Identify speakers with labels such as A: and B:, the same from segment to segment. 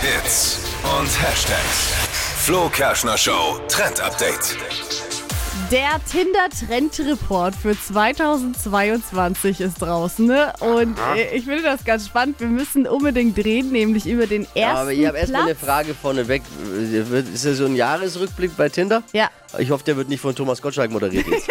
A: Hits und Hashtags. Flo Kerschner Show Trend Update.
B: Der Tinder-Trend-Report für 2022 ist draußen. Ne? Und äh, ich finde das ganz spannend. Wir müssen unbedingt reden, nämlich über den ersten
C: Ja, aber ich habe erstmal eine
B: Platz.
C: Frage vorneweg. Wird- Ist ja so ein Jahresrückblick bei Tinder?
B: Ja.
C: Ich hoffe, der wird nicht von Thomas Gottschalk moderiert. Jetzt.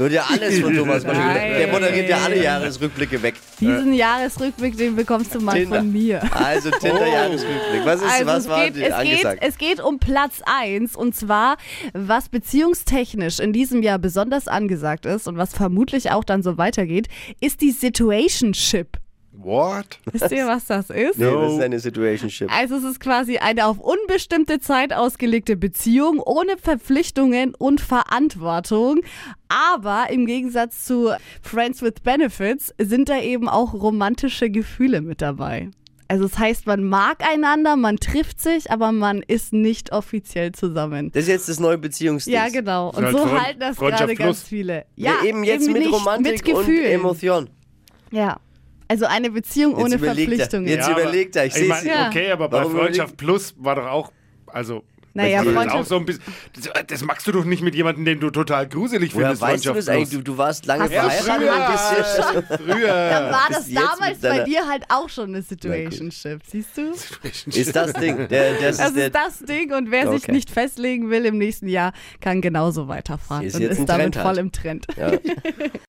C: wird ja alles von Thomas Gottschalk.
B: Nein.
C: Der moderiert ja alle Jahresrückblicke weg.
B: Diesen Jahresrückblick, den bekommst du mal
C: Äh. Tinder.
B: von mir. Oh.
C: Also Tinder-Jahresrückblick. Was, ist,
B: Also
C: was
B: es,
C: war
B: geht,
C: die-
B: es, geht,
C: angesagt?
B: es geht um Platz 1 und zwar, was beziehungstechnisch in diesem Jahr besonders angesagt ist und was vermutlich auch dann so weitergeht, ist die Situationship.
D: What?
B: Wisst ihr, was das ist?
C: nee, das ist eine Situationship.
B: Also es ist quasi eine auf unbestimmte Zeit ausgelegte Beziehung ohne Verpflichtungen und Verantwortung. Aber im Gegensatz zu Friends with Benefits sind da eben auch romantische Gefühle mit dabei. Also es heißt, man mag einander, man trifft sich, aber man ist nicht offiziell zusammen.
C: Das ist jetzt das neue Beziehungsding.
B: Ja, genau. Und
D: Halt
B: so
D: Freund-
B: halten das
D: Freundschaft
B: gerade ganz
D: plus.
B: viele. Ja,
C: Ja, eben jetzt mit
B: nicht, mit
C: Romantik
B: Gefühl.
C: und Emotion.
B: Ja. Also eine Beziehung
C: Jetzt
B: ohne
C: überlegt er.
B: Verpflichtungen.
C: Jetzt
D: aber-
C: überlegt er, ich seh's.
D: mein,
B: Ja.
D: Okay, aber bei
C: Warum
D: Freundschaft Plus war doch auch, also.
B: Naja,
D: das ist
B: Freundschaft-
D: auch so ein bisschen, das, das magst du doch nicht mit jemandem, den du total gruselig
C: Woher
D: findest,
C: weißt du das eigentlich? Du,
D: Plus.
C: du warst lange
B: Hast du
C: verheiratet.
B: schon mal-
C: bist jetzt-
B: Dann
D: Früher.
B: war
C: Äh,
B: das
C: Bis jetzt mit
B: damals bei
C: deiner-
B: dir halt auch schon eine Situationship, siehst du?
C: Ist das Ding. Der, das ist
B: Das
C: der,
B: ist das Ding und wer sich
C: Okay.
B: nicht festlegen will im nächsten Jahr, kann genauso weiterfahren
C: Ist
B: und
C: jetzt
B: ist
C: ein
B: damit
C: Trend halt.
B: voll im Trend.
C: Ja.